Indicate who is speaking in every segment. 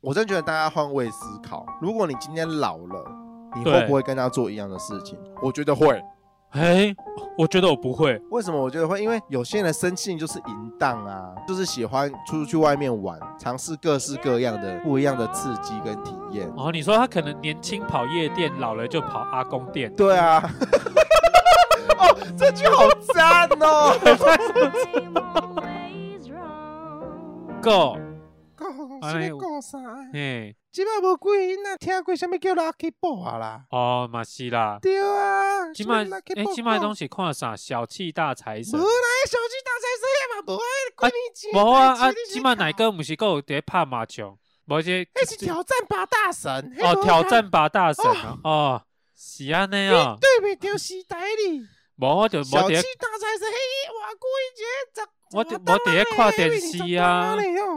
Speaker 1: 我真觉得大家换位思考，如果你今天老了，你会不会跟他做一样的事情？我觉得会。
Speaker 2: 哎，我觉得我不会，
Speaker 1: 为什么我觉得会？因为有些人生性就是淫荡啊，就是喜欢出去外面玩，尝试各式各样的不一样的刺激跟体验。
Speaker 2: 哦，你说他可能年轻跑夜店，老了就跑阿公店，
Speaker 1: 对啊， 哦，这句好赞哦。
Speaker 2: 够，
Speaker 1: 讲
Speaker 2: 哎
Speaker 1: 是要讲啥？
Speaker 2: 嘿，
Speaker 1: 即摆无几那听过什么叫 lucky ball 啊啦？
Speaker 2: 哦，嘛是啦，
Speaker 1: 对啊，
Speaker 2: 今麦，哎
Speaker 1: 哎，，
Speaker 2: 今麦东西看啥？小气大财
Speaker 1: 无
Speaker 2: 神
Speaker 1: 啦，。小鸡大财神也嘛无啊，关你钱。
Speaker 2: 无啊啊
Speaker 1: 关你钱！
Speaker 2: 即满哪？个毋是还有伫拍麻将？无这
Speaker 1: 那是挑战吧大神。那
Speaker 2: 哦
Speaker 1: 不是
Speaker 2: 挑战吧大神啊！哦，是安尼啊
Speaker 1: 你，对袂着时代哩。
Speaker 2: 无我就无
Speaker 1: 小
Speaker 2: 伫
Speaker 1: 气大财神，嘿，我过一节十。
Speaker 2: 我
Speaker 1: 十
Speaker 2: 就
Speaker 1: 八
Speaker 2: 我在
Speaker 1: 天
Speaker 2: 看
Speaker 1: 嘞
Speaker 2: 电视啊
Speaker 1: 嘿你十八天嘞哦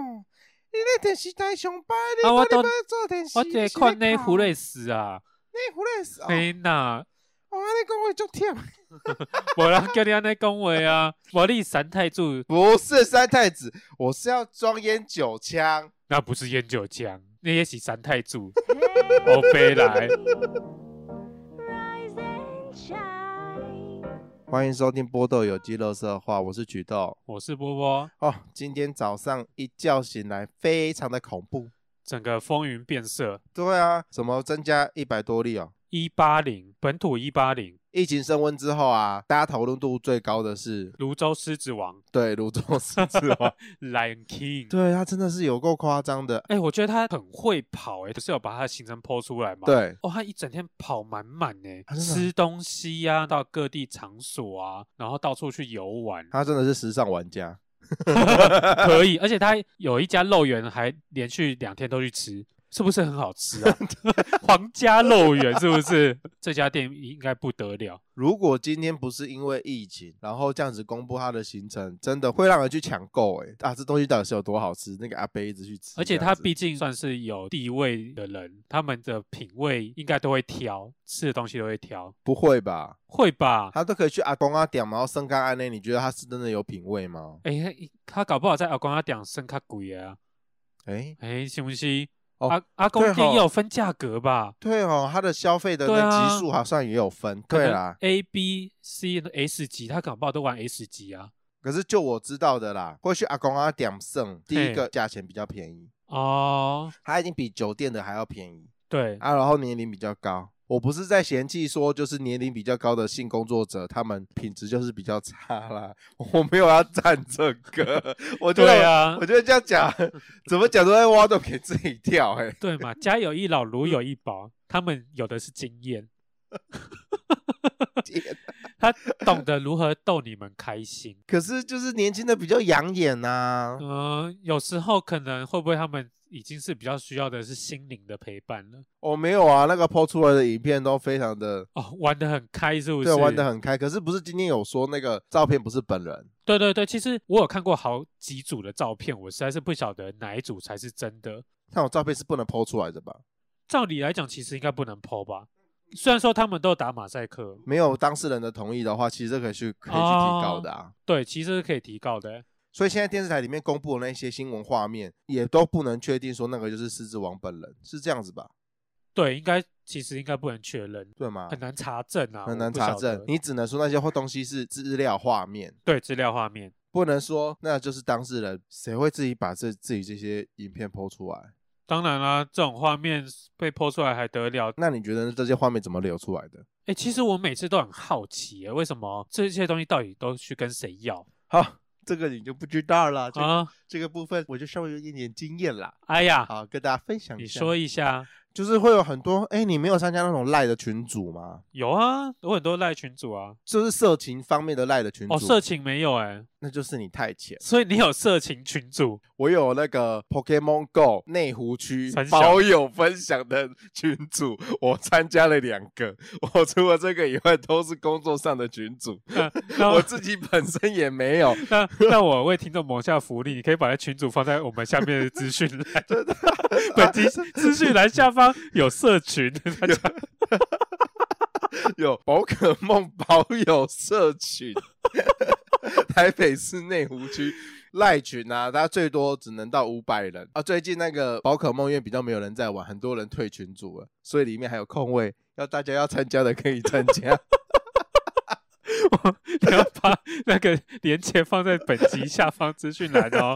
Speaker 1: 你咧电视台上班，你
Speaker 2: 啊我
Speaker 1: 到
Speaker 2: 都
Speaker 1: 底要做电视？
Speaker 2: 我
Speaker 1: 你
Speaker 2: 伫
Speaker 1: 是
Speaker 2: 看
Speaker 1: 咧
Speaker 2: 内
Speaker 1: 哭
Speaker 2: 湖，类似啊，
Speaker 1: 内湖嘞是哦。
Speaker 2: 哎呐，
Speaker 1: 我你讲话足忝。
Speaker 2: 无人叫你安尼讲话 啊，无你三太子
Speaker 1: 不是三太子，我是要装烟酒枪。
Speaker 2: 那不是烟酒枪，那也是三太子，我飞来，
Speaker 1: 欢迎收听波豆有机乐色话，我是曲豆。
Speaker 2: 我是波波，
Speaker 1: 哦，今天早上一觉醒来，非常的恐怖。
Speaker 2: 整个风云变色，
Speaker 1: 对啊，怎么增加一百多例哦？
Speaker 2: 一八零本土一八零，
Speaker 1: 疫情升温之后啊，大家讨论度最高的是
Speaker 2: 泸州狮子王
Speaker 1: 对泸州狮子王，
Speaker 2: Lion King。
Speaker 1: 对他真的是有够夸张的。
Speaker 2: 哎、我觉得他很会跑、哎，不是有把他的行程剖出来吗？，
Speaker 1: 对，
Speaker 2: 哦，他一整天跑满满呢，
Speaker 1: 啊真的，
Speaker 2: 吃东西呀、到各地场所啊，然后到处去游玩
Speaker 1: 他真的是时尚玩家。
Speaker 2: 可以，而且他有一家肉圆还连续两天都去吃。是不是很好 吃啊？皇家肉圆是不是？这家店应该不得了。
Speaker 1: 如果今天不是因为疫情，然后这样子公布他的行程，真的会让人去抢购哎、啊，这东西到底是有多好吃？那个阿贝一直去吃，
Speaker 2: 而且
Speaker 1: 这
Speaker 2: 他
Speaker 1: 样子
Speaker 2: 毕竟算是有地位的人，他们的品味应该都会挑，吃的东西都会挑，
Speaker 1: 不会吧？
Speaker 2: 会吧？
Speaker 1: 他都可以去阿公阿点，然后生干安内，你觉得他是真的有品味吗？
Speaker 2: 哎、他搞不好在阿公阿店生较贵的啊。
Speaker 1: 哎、
Speaker 2: 哎，是不是？
Speaker 1: 哦
Speaker 2: 阿阿公
Speaker 1: 对
Speaker 2: 店
Speaker 1: 吼
Speaker 2: 也有分价格吧？
Speaker 1: 对哦，它的消费的
Speaker 2: 对
Speaker 1: 那
Speaker 2: 啊
Speaker 1: 级数好像也有分。
Speaker 2: 可
Speaker 1: 对啊
Speaker 2: 能
Speaker 1: 啦，
Speaker 2: ，A、B、C、S 级，他搞不好都玩 S 级啊。
Speaker 1: 可是就我知道的啦，会去阿公阿点剩，第一个价钱比较便宜，
Speaker 2: 哦，
Speaker 1: 它已经比酒店的还要便宜
Speaker 2: 对，
Speaker 1: 啊，然后年龄比较高。我不是在嫌弃说，就是年龄比较高的性工作者，他们品质就是比较差啦。 我没有要站这个，我觉得
Speaker 2: 对啊
Speaker 1: 我，觉得这样讲，怎么讲都在挖洞给自己跳、欸。哎，
Speaker 2: 对嘛，家 有一老，如有一宝，他们有的是经验，他懂得如何逗你们开心。
Speaker 1: 可是就是年轻的比较养眼啊呐、
Speaker 2: 嗯、有时候可能会不会他们已经是比较需要的是心灵的陪伴了？
Speaker 1: 哦，没有啊，那个抛出来的影片都非常的
Speaker 2: 哦，玩得很开，是不是？
Speaker 1: 对，玩得很开。可是不是今天有说那个照片不是本人？
Speaker 2: 对对对，其实我有看过好几组的照片，我实在是不晓得哪一组才是真的。
Speaker 1: 那种照片是不能抛出来的吧？
Speaker 2: 照理来讲，其实应该不能剖吧。虽然说他们都打马赛克，
Speaker 1: 没有当事人的同意的话，其实这可以去可以去提告的啊。
Speaker 2: 对，其实是可以提告的。
Speaker 1: 所以现在电视台里面公布的那些新闻画面，也都不能确定说那个就是狮子王本人，是这样子吧？
Speaker 2: 对，应该其实应该不能确认，
Speaker 1: 对吗
Speaker 2: 很？难查证啊，
Speaker 1: 很
Speaker 2: 我
Speaker 1: 难
Speaker 2: 不晓
Speaker 1: 查证
Speaker 2: 得，
Speaker 1: 你只能说那些东西是资料画面，
Speaker 2: 对资料画面，
Speaker 1: 不能说那就是当事人。谁会自己把这自己这些影片抛出来？
Speaker 2: 当然啦、这种画面被剖出来还得了？
Speaker 1: 那你觉得这些画面怎么流出来的？
Speaker 2: 哎，其实我每次都很好奇耶，为什么这些东西到底都去跟谁要
Speaker 1: 好，这个你就不知道了。这
Speaker 2: 啊？
Speaker 1: 这个部分我就稍微有一点点经验啦，
Speaker 2: 哎呀，
Speaker 1: 好跟大家分享
Speaker 2: 你
Speaker 1: 一下。
Speaker 2: 说一下，
Speaker 1: 就是会有很多，哎、你没有参加那种赖的群组吗？
Speaker 2: 有啊，有很多赖群主啊，
Speaker 1: 就是色情方面的赖的群组，
Speaker 2: 哦，色情没有哎，
Speaker 1: 那就是你太浅。
Speaker 2: 所以你有色情群主，
Speaker 1: 我有那个 Pokemon Go 内湖区
Speaker 2: 三小
Speaker 1: 保有分享的群组，我参加了两个。我除了这个以外，都是工作上的群组，
Speaker 2: 那那
Speaker 1: 我自己本身也没有。
Speaker 2: 那那我为听众谋下福利，你可以把那群主放在我们下面的资讯栏， 本集资讯栏下方有社群，大家
Speaker 1: 有宝可梦保有社群， 台北市内湖区赖群啊，它最多只能到五百人啊。最近那个宝可梦因为比较没有人在玩，很多人退群组了，所以里面还有空位，要大家要参加的可以参加。
Speaker 2: 你要把那个链接放在本集下方资讯栏 哦。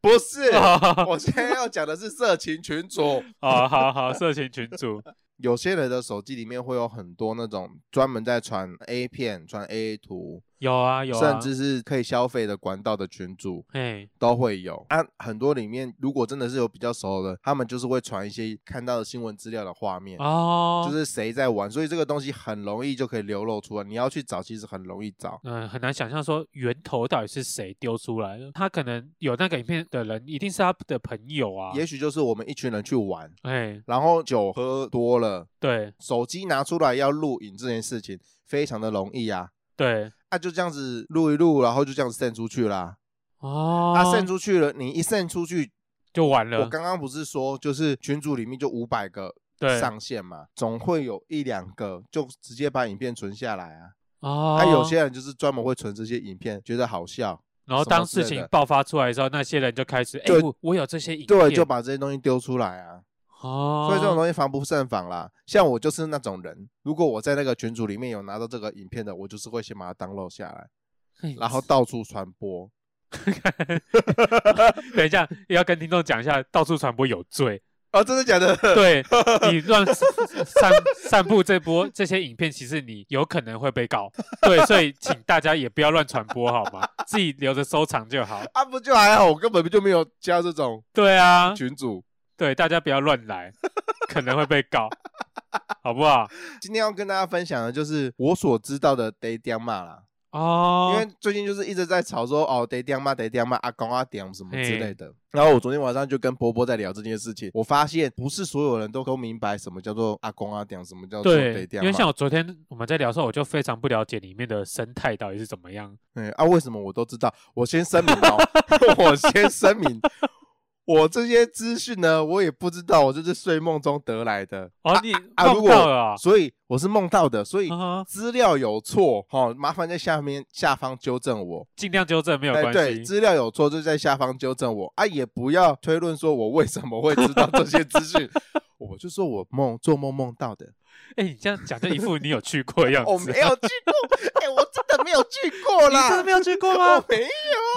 Speaker 1: 不 是，
Speaker 2: 哦
Speaker 1: 我现在要讲的是色情群组。
Speaker 2: 好好好，色情群主，
Speaker 1: 有些人的手机里面会有很多那种专门在传 A 片、传 A 图，
Speaker 2: 有啊有啊，
Speaker 1: 甚至是可以消费的管道的群组
Speaker 2: 哎，
Speaker 1: 都会有。啊，很多里面如果真的是有比较熟的，他们就是会传一些看到的新闻资料的画面。
Speaker 2: 哦，
Speaker 1: 就是谁在玩，所以这个东西很容易就可以流露出来。你要去找，其实很容易找。
Speaker 2: 嗯，很难想象说源头到底是谁丢出来的。他可能有那个影片的人，一定是他的朋友啊。
Speaker 1: 也许就是我们一群人去玩，
Speaker 2: 哎，
Speaker 1: 然后酒喝多了，
Speaker 2: 对
Speaker 1: 手机拿出来要录影这件事情非常的容易啊，
Speaker 2: 对，
Speaker 1: 啊就这样子录一录，然后就这样子 send 出去啦。
Speaker 2: 哦，
Speaker 1: 啊 send 出去了，你一 send 出去，
Speaker 2: 就完
Speaker 1: 我
Speaker 2: 了。
Speaker 1: 刚刚不是说就是群组里面就五百个
Speaker 2: 对，
Speaker 1: 上线嘛，总会有一两个就直接把影片存下来啊。
Speaker 2: 哦，
Speaker 1: 啊有些人就是专门会存这些影片，觉得好笑，
Speaker 2: 然后
Speaker 1: 什么
Speaker 2: 当
Speaker 1: 之
Speaker 2: 事
Speaker 1: 类
Speaker 2: 情
Speaker 1: 的
Speaker 2: 爆发出来的时候，那些人就开始，哎，
Speaker 1: 就
Speaker 2: 我我有这些影片，
Speaker 1: 对，就把这些东西丢出来啊。
Speaker 2: 哦，
Speaker 1: 所以这种东西防不胜防啦。像我就是那种人，如果我在那个群组里面有拿到这个影片的，我就是会先把它 download 下 来，
Speaker 2: 嘿
Speaker 1: 然后到处传 播。
Speaker 2: 等一下要跟听众讲一下，到处传播有罪。
Speaker 1: 哦，真的假的？
Speaker 2: 对你乱散散布这波这些影片，其实你有可能会被告。对，所以请大家也不要乱传播，好吗？ 自己留着收藏就好。
Speaker 1: 啊，不就还好，我根本就没有加这种
Speaker 2: 对啊，
Speaker 1: 群组。
Speaker 2: 对，大家不要乱来，可能会被告，好不好？
Speaker 1: 今天要跟大家分享的就是我所知道的 day d a m 骂啦，
Speaker 2: 哦，
Speaker 1: 因为最近就是一直在吵说哦 day d a m 骂 day d a m 骂阿公阿点什么之类的。然后我昨天晚上就跟波波在聊这件事情，我发现不是所有人都都明白什么叫做阿公阿点，什么叫做 day
Speaker 2: 对，
Speaker 1: d
Speaker 2: 因
Speaker 1: a
Speaker 2: 为
Speaker 1: m
Speaker 2: 像我昨天我们在聊的时候，我就非常不了解里面的生态到底是怎么样。
Speaker 1: 嗯啊，为什么我都知道？我先声明哦， 我先声明，我这些资讯呢，我也不知道，我就是睡梦中得来的，
Speaker 2: 哦，你
Speaker 1: 啊如
Speaker 2: 梦
Speaker 1: 果
Speaker 2: 到了啊
Speaker 1: 所以我是梦到的，所以
Speaker 2: 啊哈，
Speaker 1: 资料有错，哈、哦，麻烦在下面下方纠正我。
Speaker 2: 尽量纠正没有
Speaker 1: 哎，
Speaker 2: 关
Speaker 1: 对，
Speaker 2: 系。
Speaker 1: 资料有错就在下方纠正我啊，也不要推论说我为什么会知道这些资 讯，我就说我梦做梦梦到的，
Speaker 2: 哎，你这样讲就一副你有去过的样
Speaker 1: 我
Speaker 2: 子。
Speaker 1: 哦没有去过，哎、我真的没有去过
Speaker 2: 你
Speaker 1: 啦，
Speaker 2: 真的没有去过
Speaker 1: 我
Speaker 2: 吗？
Speaker 1: 没有，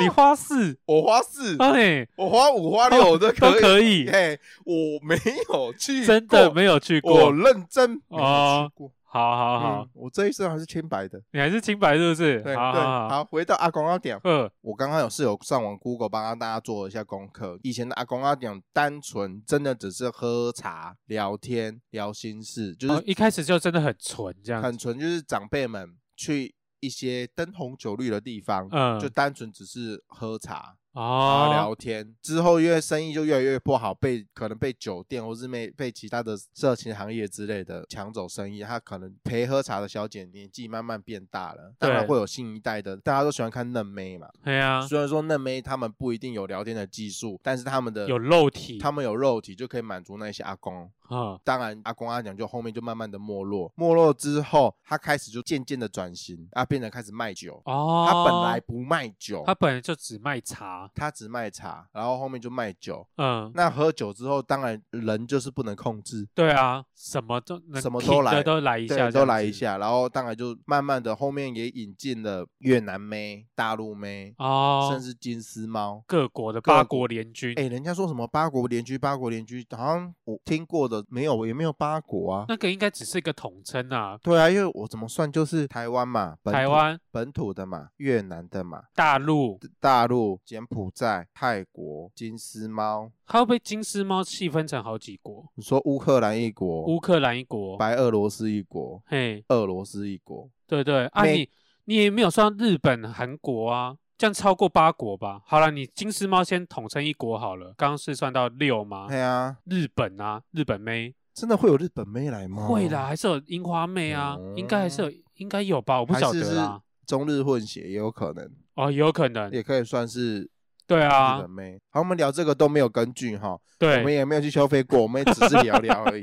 Speaker 2: 你花市，
Speaker 1: 我花四。
Speaker 2: 哎，
Speaker 1: 我花五花六我都
Speaker 2: 哦都
Speaker 1: 可以，
Speaker 2: 可以，
Speaker 1: 嘿，我没有去过，
Speaker 2: 真的没有去
Speaker 1: 我
Speaker 2: 过。
Speaker 1: 认真没有
Speaker 2: 哦
Speaker 1: 去过。
Speaker 2: 好好好，
Speaker 1: 嗯我这一生还是清白的。
Speaker 2: 你还是清白是不是？
Speaker 1: 对对，
Speaker 2: 好好好，
Speaker 1: 好，回到阿公阿点，
Speaker 2: 嗯，
Speaker 1: 我刚刚有室友上网 Google 帮大家做了一下功课。以前的阿公阿点单纯真的只是喝茶、聊天、聊心事，就
Speaker 2: 哦
Speaker 1: 是
Speaker 2: 一开始就真的很纯这样
Speaker 1: 很
Speaker 2: 子，
Speaker 1: 纯，就是长辈们去一些灯红酒绿的地方，
Speaker 2: 嗯
Speaker 1: 就单纯只是喝茶。然后
Speaker 2: 哦，
Speaker 1: 聊天。之后因为生意就越来越不好，被可能被酒店或是被被其他的色情行业之类的抢走生意。他可能陪喝茶的小姐年纪慢慢变大了，当然
Speaker 2: 对
Speaker 1: 会有新一代的，大家都喜欢看嫩妹嘛。
Speaker 2: 对啊呀，
Speaker 1: 虽然说嫩妹他们不一定有聊天的技术，但是他们的
Speaker 2: 有肉体，
Speaker 1: 他们有肉体就可以满足那些阿公。
Speaker 2: 嗯，
Speaker 1: 当然，阿公阿娘就后面就慢慢的没落，没落之后，他开始就渐渐的转型，啊，变成开始卖酒。
Speaker 2: 哦，
Speaker 1: 他本来不卖酒，
Speaker 2: 他本来就只卖茶，
Speaker 1: 他只卖茶，然后后面就卖酒。
Speaker 2: 嗯，
Speaker 1: 那喝酒之后，当然人就是不能控制，
Speaker 2: 对啊，什么都能
Speaker 1: 什么
Speaker 2: 品
Speaker 1: 都
Speaker 2: 的
Speaker 1: 来
Speaker 2: 都来一
Speaker 1: 对
Speaker 2: 下，
Speaker 1: 都来一。下，然后当然就慢慢的后面也引进了越南妹、大陆妹，
Speaker 2: 哦
Speaker 1: 甚，至金丝猫。
Speaker 2: 各国的
Speaker 1: 各
Speaker 2: 八
Speaker 1: 国
Speaker 2: 国联军，
Speaker 1: 哎，人家说什么八国联军，八国联军，好像我听过的没有，也没有八国啊。
Speaker 2: 那个应该只是一个统称啊，
Speaker 1: 对啊，因为我怎么算就是台湾嘛，本
Speaker 2: 台
Speaker 1: 土
Speaker 2: 湾、
Speaker 1: 本土的嘛，越南的嘛，
Speaker 2: 大陆，
Speaker 1: 大陆、柬埔寨、泰国、金丝猫，
Speaker 2: 它会被金丝猫细分成好几国，
Speaker 1: 你说乌克兰一国，
Speaker 2: 乌克兰一国，
Speaker 1: 白俄罗斯一国，
Speaker 2: 嘿，
Speaker 1: 俄罗斯一国，
Speaker 2: 对对啊
Speaker 1: 美
Speaker 2: 你，你也没有算日本、韩国啊，这样超过八国吧？好了，你金丝猫先统称一国好了，刚刚是算到六吗？
Speaker 1: 对啊，
Speaker 2: 日本啊，日本妹、
Speaker 1: 真的会有日本妹来吗？
Speaker 2: 会啦，，还是有樱花妹啊，应该还是有，应该有吧？我
Speaker 1: 哦
Speaker 2: 不
Speaker 1: 还
Speaker 2: 晓
Speaker 1: 是
Speaker 2: 得
Speaker 1: 是
Speaker 2: 啦。
Speaker 1: 中日混血也有可能，
Speaker 2: 哦，有可能
Speaker 1: 也可以算是
Speaker 2: 对
Speaker 1: 日
Speaker 2: 啊
Speaker 1: 本，妹。好，我们聊这个都没有根据哈，我们
Speaker 2: 对
Speaker 1: 也没有去消费过，我们也只是聊聊 而已。，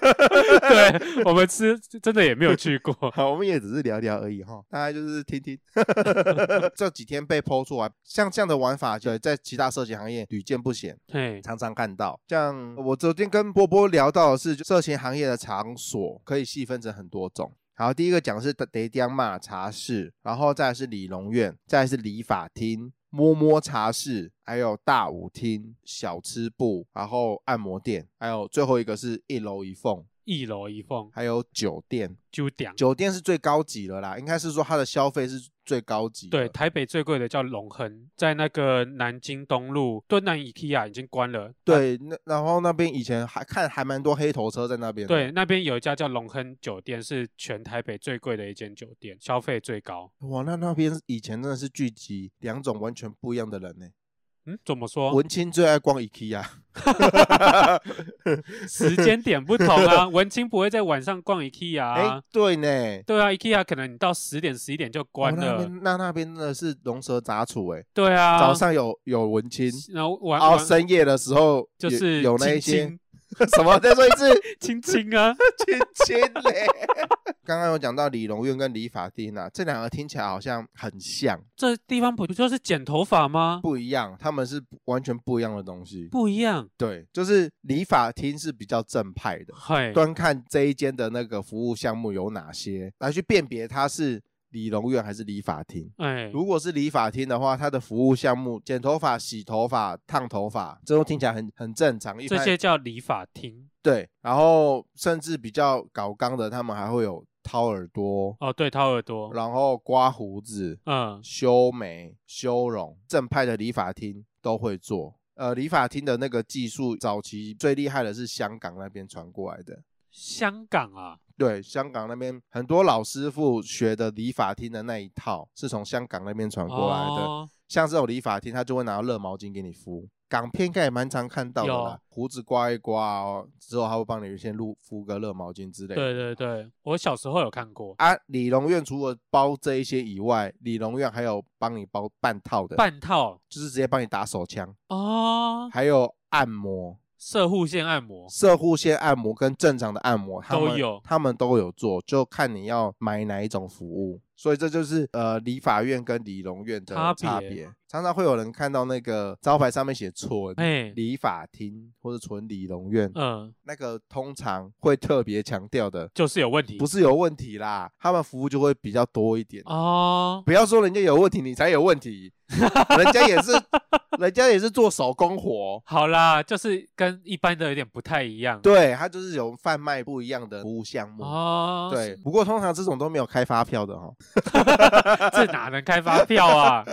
Speaker 2: 对，我们吃真的也没有去过
Speaker 1: 好，我们也只是聊聊而已哈，大家就是听 听。这几天被剖出来，像这样的玩法，对，在其他色情行业屡见不鲜，
Speaker 2: 嘿，
Speaker 1: 常常看到。像我昨天跟波波聊到的是，就色情行业的场所可以细分成很多种。好，第一个讲是德江嘛茶室，然后再来是理容院，再来是理发厅、摸摸茶室，还有大舞厅、小吃部，然后按摩店，还有最后一个是一楼一凤，
Speaker 2: 一楼一凤
Speaker 1: 还有酒店。
Speaker 2: 就点，
Speaker 1: 酒店是最高级了啦，应该是说它的消费是最高级的。
Speaker 2: 对，台北最贵的叫龙亨，在那个南京东路敦南 IKEA 已经关了，那
Speaker 1: 对，那然后那边以前还看还蛮多黑头车在那边。
Speaker 2: 对，，那边有一家叫龙亨酒店，是全台北最贵的一间酒店，消费最高。
Speaker 1: 哇，那那边以前真的是聚集两种完全不一样的人呢、
Speaker 2: 嗯，怎么说？
Speaker 1: 文青最爱逛 IKEA，
Speaker 2: 时间点不同 啊，文青不会在晚上逛 IKEA
Speaker 1: 哎、
Speaker 2: 啊。
Speaker 1: 对呢。
Speaker 2: 对啊，IKEA 可能你到十点十一点就
Speaker 1: 哇
Speaker 2: 关
Speaker 1: 哦那
Speaker 2: 了。
Speaker 1: 边那那边真的是龙蛇杂处哎、
Speaker 2: 对啊，
Speaker 1: 早上有有文青，
Speaker 2: 然后晚
Speaker 1: 然后
Speaker 2: 晚
Speaker 1: 深夜的时候
Speaker 2: 就
Speaker 1: 也
Speaker 2: 是
Speaker 1: 有那一
Speaker 2: 亲
Speaker 1: 些 什么，再说一次，
Speaker 2: 亲亲亲啊，
Speaker 1: 亲亲嘞。刚刚有讲到理容院跟理发厅啊，这两个听起来好像很像，
Speaker 2: 这地方不不就是剪头发吗？
Speaker 1: 不一样，他们是完全不一样的东西。
Speaker 2: 不一样，
Speaker 1: 对，就是理发厅是比较正派的，
Speaker 2: 嘿，
Speaker 1: 端看这一间的那个服务项目有哪些，来去辨别它是理容院还是理发厅。
Speaker 2: 哎，
Speaker 1: 如果是理发厅的话，它的服务项目剪头发、洗头发、烫头发，这都听起来很很正常。一
Speaker 2: 这
Speaker 1: 般
Speaker 2: 些叫理发厅。
Speaker 1: 对，然后甚至比较搞刚的，他们还会有掏耳朵，
Speaker 2: 哦，对，掏耳朵，
Speaker 1: 然后刮胡子、
Speaker 2: 嗯，
Speaker 1: 修眉、修容，正派的理发厅都会做。呃，理发厅的那个技术，早期最厉害的是香港那边传过来的。
Speaker 2: 香港啊，
Speaker 1: 对，香港那边很多老师傅学的理发厅的那一套，是从香港那边传过来的。
Speaker 2: 哦，
Speaker 1: 像这种理发厅，他就会拿热毛巾给你敷。港片应该也蛮常看到的啦
Speaker 2: 有，
Speaker 1: 胡子刮一刮哦，之后他会帮你先敷敷个热毛巾之类的。
Speaker 2: 对对对，我小时候有看过
Speaker 1: 啊，理容院除了包这一些以外，理容院还有帮你包半套的，
Speaker 2: 半套
Speaker 1: 就是直接帮你打手枪，
Speaker 2: 哦，
Speaker 1: 还有按摩、
Speaker 2: 射护线按摩，
Speaker 1: 射护线按摩跟正常的按摩他
Speaker 2: 都
Speaker 1: 们
Speaker 2: 有
Speaker 1: 他们都有做，就看你要买哪一种服务。所以这就是呃理法院跟理容院的
Speaker 2: 差别
Speaker 1: 差别。常常会有人看到那个招牌上面写“纯
Speaker 2: 哎，
Speaker 1: 理法厅”或者“纯理容院”，
Speaker 2: 嗯，
Speaker 1: 那个通常会特别强调的，
Speaker 2: 就是有问题，
Speaker 1: 不
Speaker 2: 是
Speaker 1: 是有问题啦，他们服务就会比较多一点。
Speaker 2: 哦，
Speaker 1: 不要说人家有问题，你才有问 题，人家也是，人家也是做手工活，
Speaker 2: 好啦，就是跟一般的有点不太一样，
Speaker 1: 对他就是有贩卖不一样的服务项目。
Speaker 2: 哦，
Speaker 1: 对，
Speaker 2: 是，
Speaker 1: 不过通常这种都没有开发票的哦。
Speaker 2: 这哪能开发票 啊？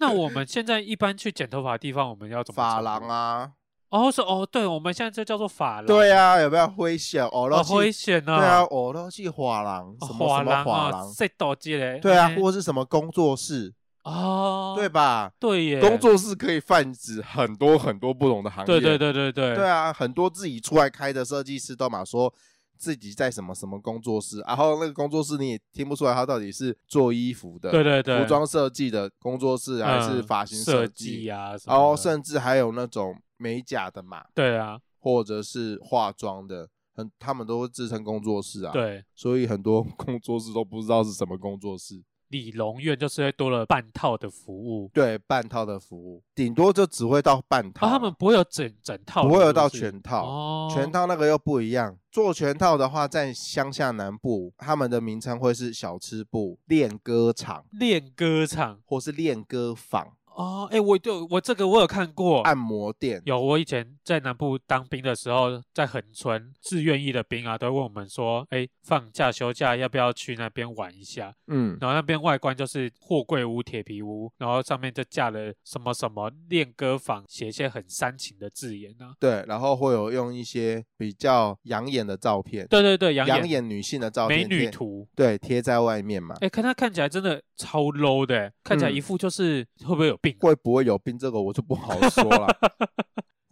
Speaker 2: 那我们现在一般去剪头发的地方，我们要怎么
Speaker 1: 发
Speaker 2: 称
Speaker 1: 廊
Speaker 2: 呼？
Speaker 1: 啊，
Speaker 2: 哦，是哦，对，我们现在这叫做发廊，
Speaker 1: 对啊，有没有灰小哦？
Speaker 2: 好
Speaker 1: 然
Speaker 2: 危险
Speaker 1: 对啊，哦，都去画廊，
Speaker 2: 哦
Speaker 1: 什么什么画
Speaker 2: 啊
Speaker 1: 廊，
Speaker 2: 塞到街嘞，
Speaker 1: 对啊，
Speaker 2: 哎
Speaker 1: 或是什么工作室，
Speaker 2: 哦，
Speaker 1: 对吧？
Speaker 2: 对耶，
Speaker 1: 工，作室可以泛指很多很多不同的行业。
Speaker 2: 对对对对对，
Speaker 1: 对啊，很多自己出来开的设计师都嘛说自己在什么什么工作室，啊然后那个工作室你也听不出来他到底是做衣服的、
Speaker 2: 对对对，
Speaker 1: 服装设计的工作室，还是
Speaker 2: 嗯
Speaker 1: 发型
Speaker 2: 设
Speaker 1: 计，哦
Speaker 2: 啊什么的，
Speaker 1: 然后甚至还有那种美甲的嘛，
Speaker 2: 对啊，
Speaker 1: 或者是化妆的。很，他们都会自称工作室啊，，
Speaker 2: 对，
Speaker 1: 所以很多工作室都不知道是什么工作室，
Speaker 2: 理容院就是会多了半套的服务，
Speaker 1: 对，半套的服务，顶多就只会到半套，
Speaker 2: 啊，他们不会有整整套的，
Speaker 1: 不会有到
Speaker 2: 是是
Speaker 1: 全套，
Speaker 2: 哦，
Speaker 1: 全套那个又不一样。做全套的话，在乡下南部，他们的名称会是小吃部、练歌场
Speaker 2: 练歌场
Speaker 1: 或是练歌坊、
Speaker 2: 哦，哎，我就我这个我有看过。
Speaker 1: 按摩店。
Speaker 2: 哦有，我以前在南部当兵的时候，在恒春志愿役的兵啊，都会问我们说，哎，放假休假要不要去那边玩一下？
Speaker 1: 嗯，
Speaker 2: 然后那边外观就是货柜屋、铁皮屋，然后上面就架了什么什么练歌坊，写一些很煽情的字眼啊。
Speaker 1: 对，然后会有用一些比较养眼的照片，
Speaker 2: 对对对，养
Speaker 1: 养
Speaker 2: 眼
Speaker 1: 眼女性的照片
Speaker 2: 美
Speaker 1: 贴，
Speaker 2: 女图。
Speaker 1: 对，贴在外面嘛。
Speaker 2: 哎，看她看起来真的超 low 的欸，看起来
Speaker 1: 嗯
Speaker 2: 一副就是会不会有病？
Speaker 1: 会不会有病？这个我就不好说了。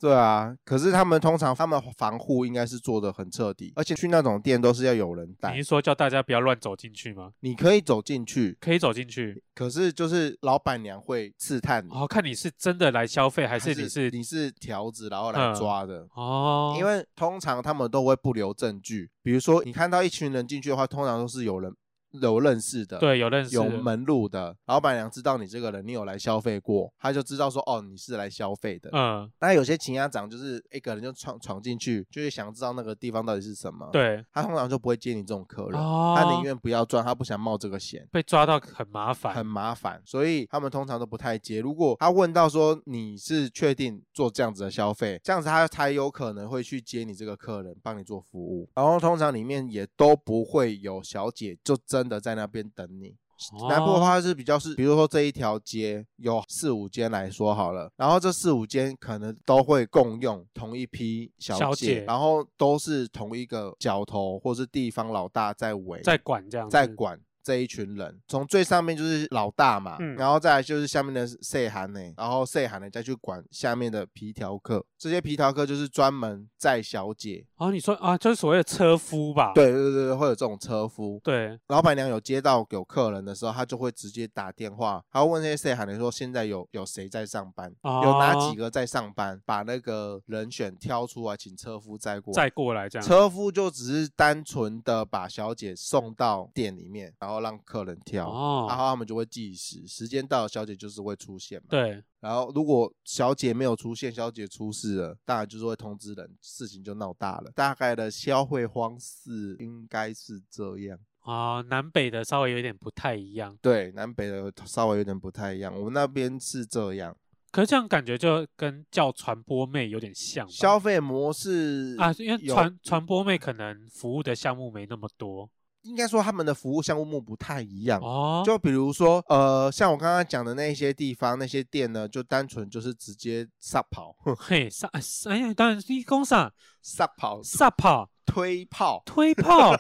Speaker 1: 对啊，可是他们通常他们防护应该是做的很彻底，而且去那种店都是要有人带
Speaker 2: 你是，说叫大家不要乱走进去吗？
Speaker 1: 你可以走进去，
Speaker 2: 可以走进去，
Speaker 1: 可是就是老板娘会刺探你，
Speaker 2: 哦，看你是真的来消费还是你是
Speaker 1: 你嗯是条子然后来
Speaker 2: 嗯
Speaker 1: 抓的，
Speaker 2: 哦，
Speaker 1: 因为通常他们都会不留证据，比如说你看到一群人进去的话，通常都是有人有认识的，，
Speaker 2: 对有认识
Speaker 1: 有
Speaker 2: 的
Speaker 1: 门路的。老板娘知道你这个人，你有来消费过，她就知道说哦你是来消费的。
Speaker 2: 嗯，
Speaker 1: 那有些情家长就是一个人就闯闯进去，就是想知道那个地方到底是什么，，
Speaker 2: 对，
Speaker 1: 他通常就不会接你这种客人，
Speaker 2: 哦，
Speaker 1: 他宁愿不要赚，他不想冒这个险。
Speaker 2: 被抓到很
Speaker 1: 很
Speaker 2: 麻烦，
Speaker 1: 麻烦，所以他们通常都不太接。如果他问到说你是确定做这样子的消费，这样子他才有可能会去接你这个客人，帮你做服务。然后通常里面也都不会有小姐就真的在那边等你。南
Speaker 2: 哦
Speaker 1: 部的话是比较是，比如说这一条街有四五间来说好了，然后这四五间可能都会共用同一批小姐，
Speaker 2: 小姐
Speaker 1: 然后都是同一个角头或是地方老大在围，
Speaker 2: 在管这样子，
Speaker 1: 在管这一群人，从最上面就是老大嘛，
Speaker 2: 嗯
Speaker 1: 然后再来就是下面的岁寒呢，然后岁寒呢再去管下面的皮条客，这些皮条客就是专门载小姐，
Speaker 2: 哦，你说啊，就是所谓的车夫吧？
Speaker 1: 对对对对，会有这种车夫。
Speaker 2: 对，
Speaker 1: 老板娘有接到有客人的时候，她就会直接打电话，她会问那些岁寒的说现在有有谁在上班，
Speaker 2: 哦
Speaker 1: 有哪几
Speaker 2: 个
Speaker 1: 个在上班，把那个人选挑出来，请车夫载过来。
Speaker 2: 再过来这样？
Speaker 1: 车夫就只是单纯的把小姐送到店里面，然后让客人挑。然
Speaker 2: 哦，
Speaker 1: 后他们就会计时，时间到了，小姐就是会出现嘛。。
Speaker 2: 对，
Speaker 1: 然后如果小姐没有出现，小姐出事了，当然就是会通知人，事情就闹大了。大概的消费方式应该是这样。
Speaker 2: 哦，南北的稍微有点不太一样，
Speaker 1: 对，南北的稍微有点不太一样，我们那边是这样，
Speaker 2: 可是这样感觉就跟叫传播妹有点像吧
Speaker 1: 消费模式
Speaker 2: 啊，因为
Speaker 1: 有嗯
Speaker 2: 传传播妹可能服务的项目没那么多
Speaker 1: 应该说他们的服务项目不太一样。
Speaker 2: 哦，
Speaker 1: 嗯就比如说，呃，像我刚刚讲的那些地方、那些店呢，就单纯就是直接撒跑、
Speaker 2: 嘿撒哎撒哎，当然一公上
Speaker 1: 撒跑、
Speaker 2: 撒跑
Speaker 1: 推炮，
Speaker 2: 推炮，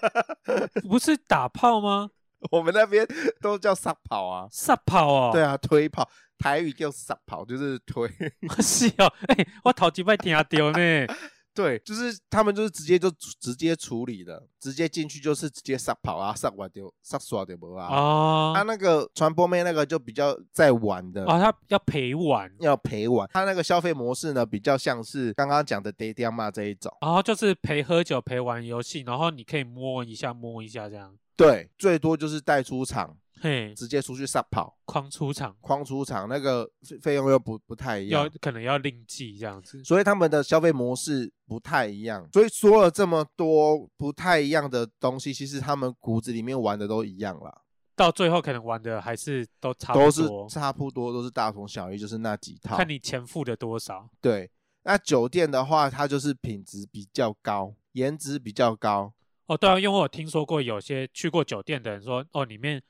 Speaker 2: 不是打炮吗？
Speaker 1: 我们那边 都叫撒跑啊，
Speaker 2: 撒炮哦，
Speaker 1: 对啊，推跑，台语叫撒跑，就是推， 啊
Speaker 2: 是哦，哎、我头几摆听到呢，
Speaker 1: 对，就是他们就是直接就直接处理的，直接进去就是直接撒跑啊，撒完就撒耍就无啊。
Speaker 2: 哦，
Speaker 1: 他那个传播妹那个就比较在玩的。
Speaker 2: 哦，他要陪玩，
Speaker 1: 要陪玩，他那个消费模式呢，比较像是刚刚讲的 d a d y a m a 这一种。
Speaker 2: 然后哦就是陪喝酒、陪玩游戏，然后你可以摸一下、摸一下这样，
Speaker 1: 对，最多就是带出场，
Speaker 2: 嘿，
Speaker 1: 直接出去撒跑，
Speaker 2: 框出场
Speaker 1: 框出场，那个费费用又不不太一样
Speaker 2: 要。可能要另计这样子。
Speaker 1: 所以他们的消费模式不太一样。所以说了这么多不太一样的东西，其实他们骨子里面玩的都一样啦，
Speaker 2: 到最后可能玩的还是都差
Speaker 1: 都
Speaker 2: 不
Speaker 1: 是
Speaker 2: 多，
Speaker 1: 差不多都是大同小异，就是那几套。
Speaker 2: 看你钱付的多少。
Speaker 1: 对，那酒店的话，它就是品质比较高，颜值比较高。
Speaker 2: 哦，对啊，因为我有听说过有些去过酒店的人说，哦，里面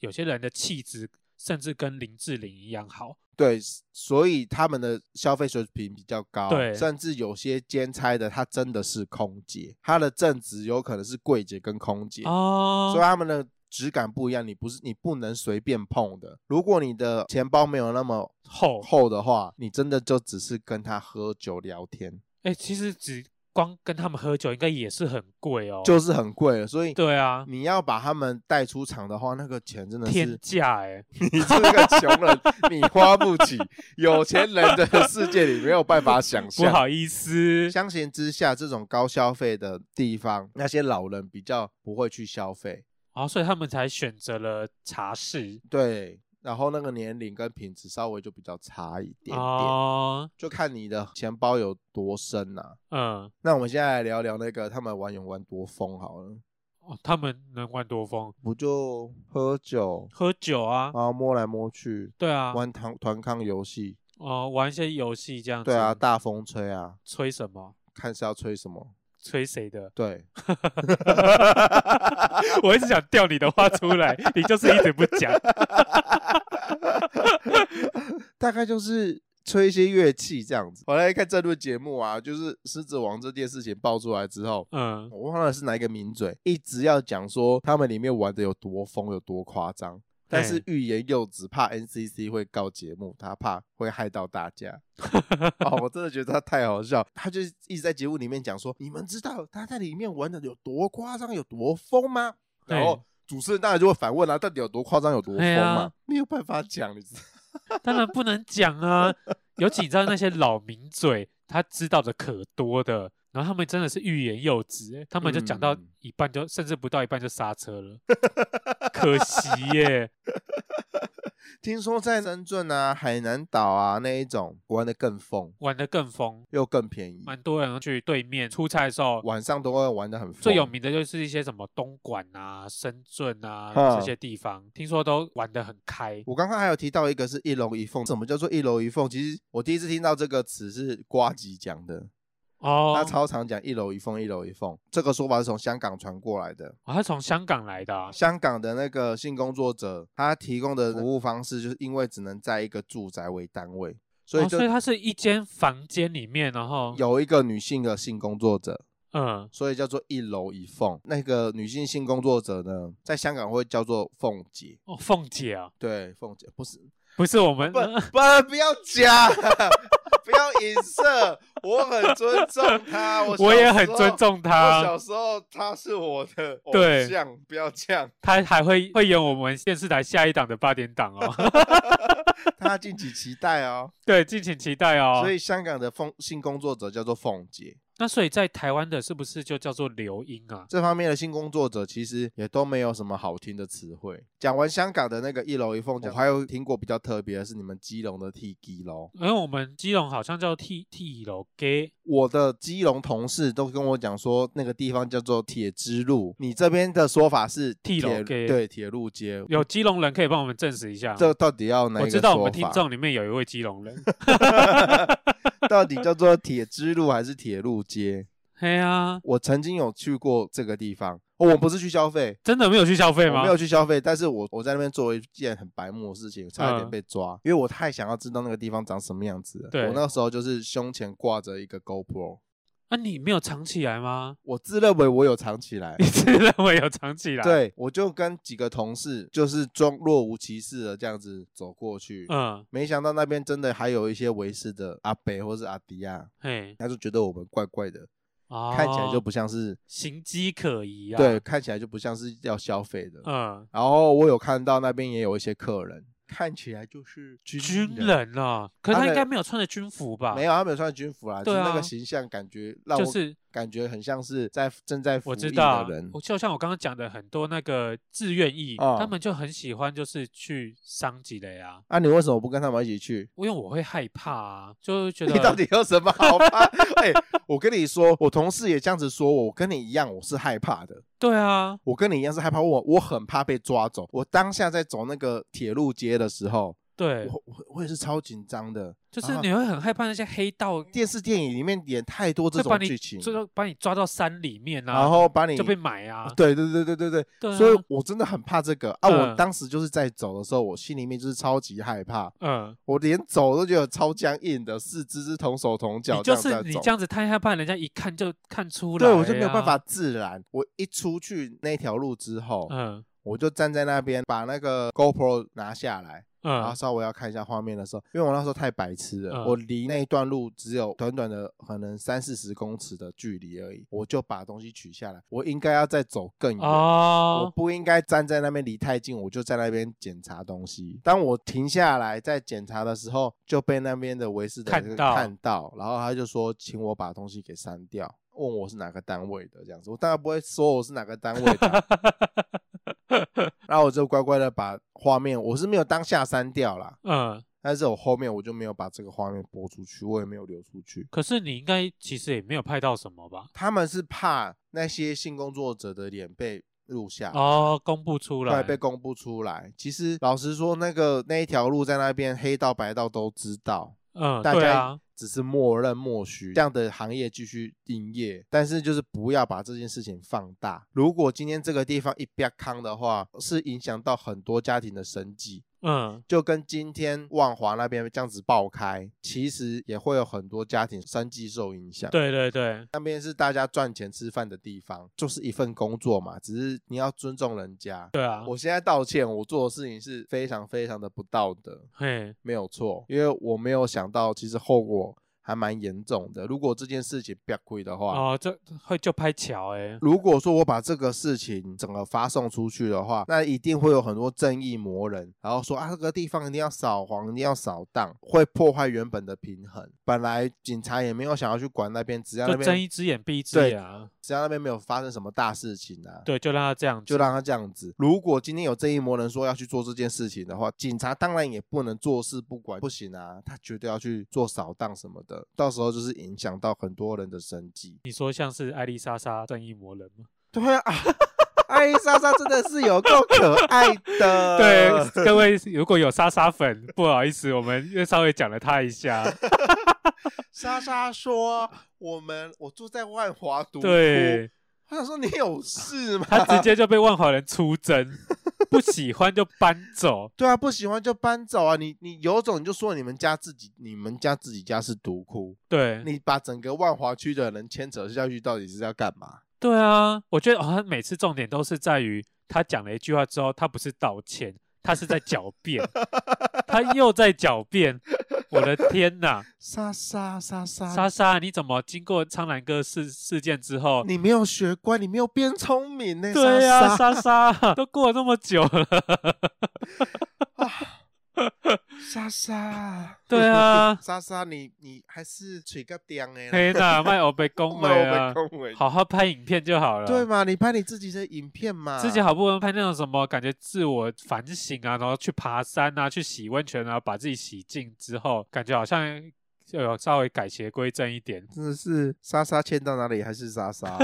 Speaker 2: 有些人的气质甚至跟林志玲一样好。
Speaker 1: 对，所以他们的消费水平比较高，
Speaker 2: 对
Speaker 1: 甚至有些兼差的，他真的是空姐，他的正职有可能是柜姐跟空姐，
Speaker 2: 哦
Speaker 1: 所以，他们的质感不一样，你不是你不能随便碰的。如果你的钱包没有那么
Speaker 2: 厚，
Speaker 1: 厚的话，你真的就只是跟他喝酒聊天，
Speaker 2: 哎、其实只光跟他们喝酒应该也是很贵哦。
Speaker 1: 就是很贵了。所以
Speaker 2: 对啊，
Speaker 1: 你要把他们带出场的话，那个钱真的
Speaker 2: 天
Speaker 1: 嗯是
Speaker 2: 价哎、
Speaker 1: 你这个穷人，你花不起。有钱人的世界里没有办法想
Speaker 2: 不
Speaker 1: 象。
Speaker 2: 好意思，
Speaker 1: 相形之下，这种高消费的地方，那些老人比较不会去消费，
Speaker 2: 哦，所以他们才选择了茶室
Speaker 1: 对，然后那个年龄跟品质稍微就比较差一点点。
Speaker 2: 哦，
Speaker 1: 就看你的钱包有多深呐、
Speaker 2: 嗯，
Speaker 1: 那我们现在来聊聊那个他们玩有玩多疯好了，
Speaker 2: 哦，他们能玩多疯，
Speaker 1: 不就喝酒，
Speaker 2: 喝酒啊，
Speaker 1: 然后摸来摸去，
Speaker 2: 对啊，
Speaker 1: 哦玩团团抗游戏，
Speaker 2: 哦，玩一些游戏这样子，
Speaker 1: 对啊，，大风吹啊，
Speaker 2: 吹什么？
Speaker 1: 看是要吹什么，？
Speaker 2: 吹谁的
Speaker 1: 对，
Speaker 2: 我一直想调你的话出来，你就是一直不讲。
Speaker 1: 大概就是。吹一些乐器这样子。我来看这录节目啊，就是《狮子王》这件事情爆出来之后，
Speaker 2: 嗯，
Speaker 1: 我忘了是哪一个名嘴，一直要讲说他们里面玩的有多疯、有多夸张。但是欲言又止，怕 NCC 会告节目，他怕会害到大 家。哦，我真的觉得他太好笑，他就一直在节目里面讲说，你们知道他在里面玩的有多夸张、有多疯吗？然后主持人当然就会反问啊，到底有多夸张、有多疯
Speaker 2: 对啊
Speaker 1: 嘛？没有办法讲，你知道。
Speaker 2: 当然不能讲啊。尤其你知道那些老名嘴，他知道的可多的，然后他们真的是欲言又止、欸他们就讲到
Speaker 1: 嗯
Speaker 2: 一半就、甚至不到一半就刹车了，可惜耶、
Speaker 1: 听说在深圳啊、海南岛啊那一种玩的更疯，
Speaker 2: 玩得更疯，
Speaker 1: 又更便宜，
Speaker 2: 蛮多人去对面出差的时候。
Speaker 1: 晚上都会玩的很疯。
Speaker 2: 最有名的就是一些什么东莞啊、深圳啊
Speaker 1: 嗯
Speaker 2: 这些地方，听说都玩得很开。
Speaker 1: 我刚刚还有提到一个是一楼一凤，什么叫做一楼一凤？其实我第一次听到这个词是瓜吉讲的，他
Speaker 2: 哦，
Speaker 1: 超常讲一楼一凤，一楼一凤这个说法是从香港传过来的。
Speaker 2: 哦他从香港来的啊、
Speaker 1: 香港的那个性工作者，他提供的服务方式就是因为只能在一个住宅为单位，所以
Speaker 2: 哦
Speaker 1: 就
Speaker 2: 所以他是一间房间里面，然后
Speaker 1: 有一个女性的性工作者，
Speaker 2: 嗯，
Speaker 1: 所以叫做一楼一凤。那个女性性工作者呢，在香港会叫做凤姐，
Speaker 2: 哦，凤姐啊，
Speaker 1: 对，凤姐不是
Speaker 2: 不是我们
Speaker 1: 不不不要讲， 不要影射，我很尊重 她，我
Speaker 2: 我也
Speaker 1: 小
Speaker 2: 很
Speaker 1: 时候
Speaker 2: 尊。重
Speaker 1: 我小
Speaker 2: 他，
Speaker 1: 时候她是我的偶
Speaker 2: 对
Speaker 1: 像，不要这 样。
Speaker 2: 他还会会演我们电视台下一档的八点档 哦，
Speaker 1: 大家敬请期待哦。
Speaker 2: 对，敬请期待哦。
Speaker 1: 所以香港的凤性工作者叫做凤姐，
Speaker 2: 那所以在台湾的是不是就叫做留音啊？
Speaker 1: 这方面的性工作者其实也都没有什么好听的词汇。讲完香港的那个一楼一凤，我还有听过比较特别的是你们基隆的 T G 楼。
Speaker 2: 因为我们基隆好像叫 T T 楼 gay
Speaker 1: 我的基隆同事都跟我讲说，那个地方叫做铁之路，你这边的说法是
Speaker 2: 地
Speaker 1: 铁
Speaker 2: 楼街
Speaker 1: 对铁路街，
Speaker 2: 有基隆人可以帮我们证实一下。
Speaker 1: 这到底要哪一
Speaker 2: 我
Speaker 1: 个
Speaker 2: 知
Speaker 1: 说
Speaker 2: 道
Speaker 1: 法？
Speaker 2: 我们听众里面有一位基隆人，
Speaker 1: 到底叫做铁之路还是铁路街？
Speaker 2: 嘿啊，
Speaker 1: 我曾经有去过这个地方，哦、我不是去消费，
Speaker 2: 真的没有去消费
Speaker 1: 我
Speaker 2: 吗
Speaker 1: 没？有去消费，但是我我在那边做了一件很白目的事情，差一点
Speaker 2: 嗯
Speaker 1: 被抓，因为我太想要知道那个地方长什么样子了。
Speaker 2: 对
Speaker 1: 我那时候就是胸前挂着一个 GoPro，
Speaker 2: 那、啊你没有藏起 来吗？
Speaker 1: 我自认为我有藏起来
Speaker 2: 你，自认为有藏起来？，
Speaker 1: 对我就跟几个同事就是装若无其事的这样子走过去。
Speaker 2: 嗯，
Speaker 1: 没想到那边真的还有一些维氏的阿北或是阿迪亚，
Speaker 2: 嘿，
Speaker 1: 他就觉得我们怪怪的，
Speaker 2: 哦，
Speaker 1: 看起来就不像是
Speaker 2: 形迹可疑啊。
Speaker 1: 对，，看起来就不像是要消费的。
Speaker 2: 嗯，
Speaker 1: 然后我有看到那边也有一些客人，看起来就是军
Speaker 2: 军
Speaker 1: 人，
Speaker 2: 人啊，可是
Speaker 1: 他
Speaker 2: 他应
Speaker 1: 的
Speaker 2: 该没有穿着军服吧？
Speaker 1: 没有，他没有穿军服啦，
Speaker 2: 对
Speaker 1: 就是那个
Speaker 2: 啊
Speaker 1: 形象感觉让我
Speaker 2: 就是
Speaker 1: 感觉很像是在正在服
Speaker 2: 我
Speaker 1: 役
Speaker 2: 知道
Speaker 1: 的人，
Speaker 2: 我就像我刚刚讲的，很多那个志愿役，
Speaker 1: 啊
Speaker 2: 他们就很喜欢就是去伤及的呀，
Speaker 1: 啊，你为什么不跟他们一起去？
Speaker 2: 因为我会害怕啊，就是觉得
Speaker 1: 你到底有什么好怕？ 哎、我跟你说，我同事也这样子说我，我跟你一样，我是害怕的。
Speaker 2: 对啊，
Speaker 1: 我跟你一样是害怕，我我很怕被抓走。我当下在走那个铁路街的时候，
Speaker 2: 对，
Speaker 1: 我我我也是超紧张的。
Speaker 2: 就是
Speaker 1: 啊
Speaker 2: 你会很害怕那些黑道
Speaker 1: 电视电影里面演太多这
Speaker 2: 会把
Speaker 1: 种
Speaker 2: 你
Speaker 1: 剧情，
Speaker 2: 最后把你抓到山里面啊，
Speaker 1: 然后把你
Speaker 2: 就被买啊，
Speaker 1: 对对对对对对，
Speaker 2: 对啊，
Speaker 1: 所以我真的很怕这个啊！我
Speaker 2: 嗯
Speaker 1: 当时就是在走的时候，我心里面就是超级害怕，
Speaker 2: 嗯，
Speaker 1: 我连走都觉得超僵硬的，四肢是同手同脚
Speaker 2: 你就
Speaker 1: 这
Speaker 2: 是
Speaker 1: 样
Speaker 2: 你
Speaker 1: 在走
Speaker 2: 这。样子太害怕，人家一看就看出来、啊
Speaker 1: 对，我就没有办法，自然。我一出去那条路之后，
Speaker 2: 嗯
Speaker 1: 我就站在那边，把那个 GoPro 拿下来，然后
Speaker 2: 嗯，
Speaker 1: 稍微要看一下画面的时候，因为我那时候太白痴了，
Speaker 2: 嗯
Speaker 1: 我离那一段路只有短短的可能三四十公尺的距离而已，我就把东西取下来。我应该要再走更远，我
Speaker 2: 哦，
Speaker 1: 不应该站在那边离太近，我就在那边检查东西。当我停下来在检查的时候，就被那边的维斯的
Speaker 2: 看
Speaker 1: 人
Speaker 2: 到
Speaker 1: 看到，然后他就说请我把东西给删掉，问我是哪个单位的这样子。我当然不会说我是哪个单位的 啊，然后我就乖乖的把画面，我是没有当下删掉啦，
Speaker 2: 嗯，
Speaker 1: 但是我后面我就没有把这个画面播出去，我也没有流出去。
Speaker 2: 可是你应该其实也没有拍到什么吧？
Speaker 1: 他们是怕那些性工作者的脸被录下
Speaker 2: 哦，公布出来
Speaker 1: 啊快被公布出来。其实老实说，那个那一条路在那边，黑道白道都知道，
Speaker 2: 嗯，
Speaker 1: 大
Speaker 2: 对
Speaker 1: 家
Speaker 2: 啊，
Speaker 1: 只是默认默许这样的行业继续营业，但是就是不要把这件事情放大。如果今天这个地方一瘪康的话，是影响到很多家庭的生计。
Speaker 2: 嗯，
Speaker 1: 就跟今天万华那边这样子爆开，其实也会有很多家庭三季受影响。，
Speaker 2: 对对对，
Speaker 1: 那边是大家赚钱吃饭的地方，就是一份工作嘛，只是你要尊重人家。
Speaker 2: 对啊，
Speaker 1: 我现在道歉，我做的事情是非常非常的不道德，
Speaker 2: 嘿，
Speaker 1: 没有错，因为我没有想到其实后果还蛮严重的。如果这件事情不要亏的话，
Speaker 2: 哦，这会就拍桥哎、
Speaker 1: 如果说我把这个事情整个发送出去的话，那一定会有很多正义魔人，然后说啊，这个地方一定要扫黄，一定要扫荡，会破坏原本的平衡。本来警察也没有想要去管那边，只要那
Speaker 2: 就睁
Speaker 1: 边
Speaker 2: 一只眼闭一只
Speaker 1: 对
Speaker 2: 眼啊，
Speaker 1: 只要那边没有发生什么大事情啊。
Speaker 2: 对，就让他这样
Speaker 1: 就
Speaker 2: 子，
Speaker 1: 让他这样子。如果今天有正义魔人说要去做这件事情的话，警察当然也不能坐视不管，不行啊，他绝对要去做扫荡什么的。到时候就是影响到很多人的生计。
Speaker 2: 你说像是艾丽莎莎正义魔人吗？
Speaker 1: 对啊， 啊艾莎莎真的是有够可爱的。
Speaker 2: 对，各位如果有莎莎粉，不好意思，我们又稍微讲了她一下。
Speaker 1: 莎莎说：“我们我住在万华独
Speaker 2: 对，
Speaker 1: 我想说你有事吗？
Speaker 2: 他直接就被万华人出征，不喜欢就搬走。
Speaker 1: 对啊，不喜欢就搬走啊！你你有种你就说你们家自己，你们家自己家是独窟，
Speaker 2: 对，
Speaker 1: 你把整个万华区的人牵扯下去，到底是要干嘛？
Speaker 2: 对啊，我觉得好像每次重点都是在于他讲了一句话之后，他不是道歉，他是在狡辩，他又在狡辩。我的 天呐，
Speaker 1: 莎莎莎莎，
Speaker 2: 莎莎，你怎么经过苍兰哥事事件之后？
Speaker 1: 你没有学乖，你没有变聪明呢、
Speaker 2: 对啊，
Speaker 1: 莎莎
Speaker 2: 莎莎，都过了那么久了，
Speaker 1: 莎莎，
Speaker 2: 对啊
Speaker 1: 莎莎，你你还是嘴个刁哎，
Speaker 2: 天呐，卖欧被恭维啊，
Speaker 1: 恭维
Speaker 2: 好好拍影片就好了。
Speaker 1: 对嘛？你拍你自己的影片嘛，
Speaker 2: 自己好不容易拍那种什么感觉自我反省啊，然后去爬山啊，去洗温泉啊，把自己洗净之后，感觉好像就有稍微改邪归正一点。
Speaker 1: 真的是莎莎欠到哪里还是莎 莎，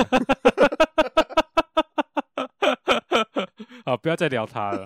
Speaker 2: 好，不要再聊他了。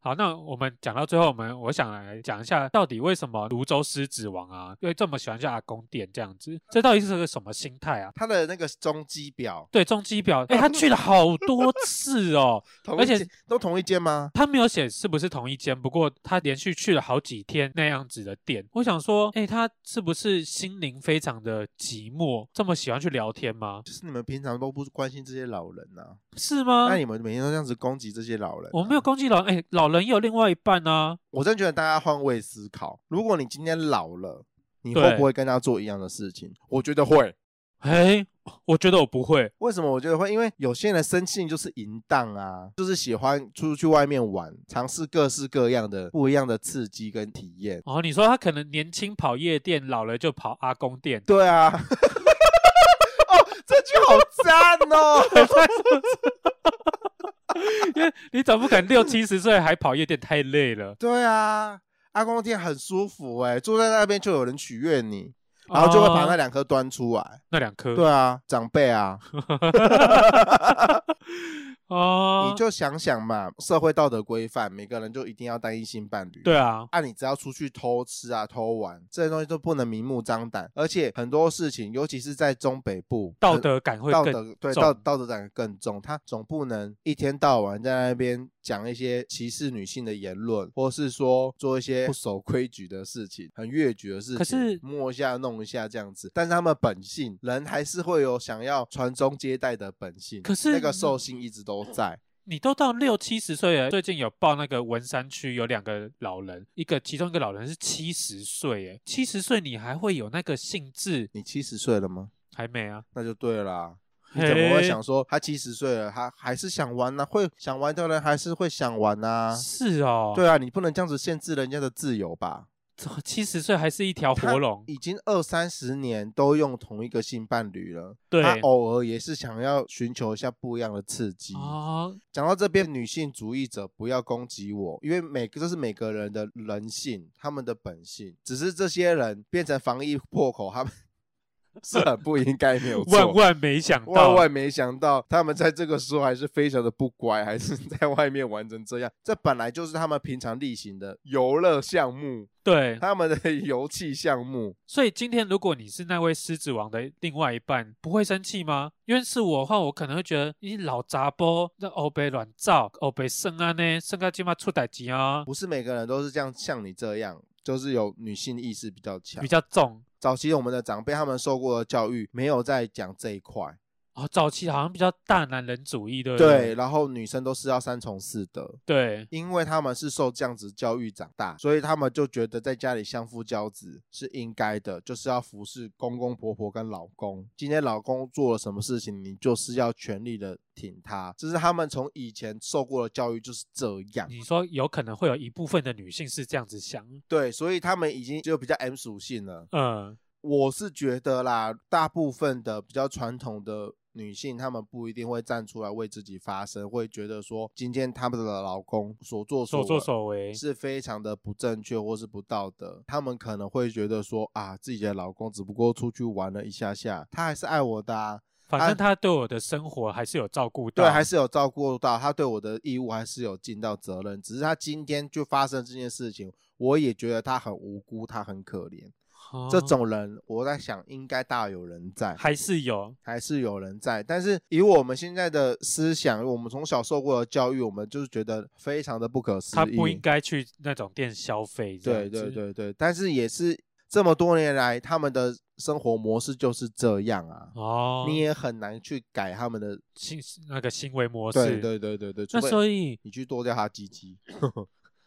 Speaker 2: 好，那我们讲到最后，我们我想来讲一下，到底为什么泸州狮子王啊，因为这么喜欢去阿公店这样子，这到底是个什么心态啊？
Speaker 1: 他的那个踪迹表，
Speaker 2: 对，中基表，哎，他去了好多次哦，
Speaker 1: 同
Speaker 2: 而
Speaker 1: 一
Speaker 2: 且
Speaker 1: 间都同一间吗？
Speaker 2: 他没有写是不是同一间，不过他连续去了好几天那样子的店。我想说，哎，他是不是心灵非常的寂寞，这么喜欢去聊天吗？
Speaker 1: 就是你们平常都不关心这些老人呐、啊
Speaker 2: 是吗
Speaker 1: 那？你们每天都这样子攻击这些老人、啊
Speaker 2: 我没有，攻击老人，哎，老人也有另外一半啊。
Speaker 1: 我真觉得大家换位思考，如果你今天老了，你
Speaker 2: 对
Speaker 1: 会不会跟他做一样的事情？我觉得会。
Speaker 2: 哎，我觉得我不会，
Speaker 1: 为什么我觉得会？因为有些人生性就是淫荡啊，就是喜欢出去外面玩，尝试各式各样的不一样的刺激跟体验。，
Speaker 2: 哦，你说他可能年轻跑夜店，老了就跑阿公店
Speaker 1: 对啊， 哦，这句好赞哦！
Speaker 2: 因为你总不可能六七十岁还跑夜店，太累了。
Speaker 1: 对啊，阿公店很舒服哎、坐在那边就有人取悦你， 然后就会把那
Speaker 2: 哦
Speaker 1: 两颗端出来。
Speaker 2: 那两颗，
Speaker 1: 对啊，长辈啊，
Speaker 2: 哦，
Speaker 1: 你就想想嘛，社会道德规范，每个人就一定要单一性伴侣。
Speaker 2: 对啊，
Speaker 1: 啊，你只要出去偷吃啊、偷玩这些东西都不能明目张胆，而且很多事情，尤其是在中北部，
Speaker 2: 道
Speaker 1: 很
Speaker 2: 德感会
Speaker 1: 呃道
Speaker 2: 更
Speaker 1: 德对
Speaker 2: 重
Speaker 1: 道道德感更重，他总不能一天到晚在那边讲一些歧视女性的言论，或是说做一些不守规矩的事情、很越矩的事情，
Speaker 2: 可是
Speaker 1: 摸一下、弄一下这样子。但是他们本性，人还是会有想要传宗接代的本性，
Speaker 2: 可是
Speaker 1: 那个兽性一直都在。
Speaker 2: 你都到六七十岁了，最近有报那个文山区有两个老人，一个其中一个老人是七十岁，哎，七十岁你还会有那个兴致？
Speaker 1: 你七十岁了吗？
Speaker 2: 还没啊？
Speaker 1: 那就对啦。你怎么会想说他七十岁了，他还是想玩呢、会想玩的人还是会想玩呐、
Speaker 2: 是哦，
Speaker 1: 对啊，你不能这样子限制人家的自由吧？
Speaker 2: 对，七十岁还是一条活龙，
Speaker 1: 已经二三十年都用同一个性伴侣了，
Speaker 2: 对
Speaker 1: 他偶尔也是想要寻求一下不一样的刺激。
Speaker 2: 哦，
Speaker 1: 讲到这边，女性主义者不要攻击我，因为每个这是每个人的人性，他们的本性，只是这些人变成防疫破口，他们 是很不应该，没有错。
Speaker 2: 万万没想嗯到，
Speaker 1: 万万没想到，他们在这个时候还是非常的不乖，还是在外面玩成这样。这本来就是他们平常例行的游乐项目，
Speaker 2: 对。
Speaker 1: 他们的 游戏项目。
Speaker 2: 所以今天如果你是那位狮子王的另外一半，不会生气吗？因为是我的话，我可能会觉得你老杂波，那欧北乱造，欧北生啊呢，生到今嘛出代志啊，
Speaker 1: 不是每个人都是这样，像你这样，就是有女性意识比较强
Speaker 2: 比。较重。
Speaker 1: 早期我们的长辈他们受过的教育没有在讲这一块，
Speaker 2: 哦，早期好像比较大男人主义，对不
Speaker 1: 对，然后女生都是要三从四德，
Speaker 2: 对
Speaker 1: 因为他们是受这样子教育长大，所以他们就觉得在家里相夫教子是应该的，就是要服侍公公婆婆跟老公。今天老公做了什么事情，你就是要全力的挺他，这是他们从以前受过的教育就是这样。
Speaker 2: 你说有可能会有一部分的女性是这样子想，
Speaker 1: 对，所以他们已经就比较 M 属性了。
Speaker 2: 嗯，
Speaker 1: 我是觉得啦，大部分的比较传统的女性，她们不一定会站出来为自己发声，会觉得说今天她们的老公所作
Speaker 2: 所
Speaker 1: 为
Speaker 2: 作所为，
Speaker 1: 是非常的不正确或是不道德。她们可能会觉得说啊，自己的老公只不过出去玩了一下下，他还是爱我的、啊，
Speaker 2: 反正他对我的生活还是有照顾到，
Speaker 1: 对，还是有照顾到他对我的义务，还是有尽到责任。只是他今天就发生这件事情，我也觉得他很无辜，他很可怜。
Speaker 2: 哦
Speaker 1: 这种人，我在想应该大有人在。
Speaker 2: 还是有，
Speaker 1: 还是有人在，但是以我们现在的思想，我们从小受过的教育，我们就是觉得非常的不可思议。
Speaker 2: 他不应该去那种店消费，这
Speaker 1: 对
Speaker 2: 样
Speaker 1: 对
Speaker 2: 子，
Speaker 1: 对对，但是也是这么多年来，他们的生活模式就是这样啊，
Speaker 2: 哦，
Speaker 1: 你也很难去改他们的。
Speaker 2: 行那个行为模
Speaker 1: 对
Speaker 2: 式，
Speaker 1: 对对对对，除
Speaker 2: 那
Speaker 1: 非
Speaker 2: 所以
Speaker 1: 你去剁掉他鸡鸡，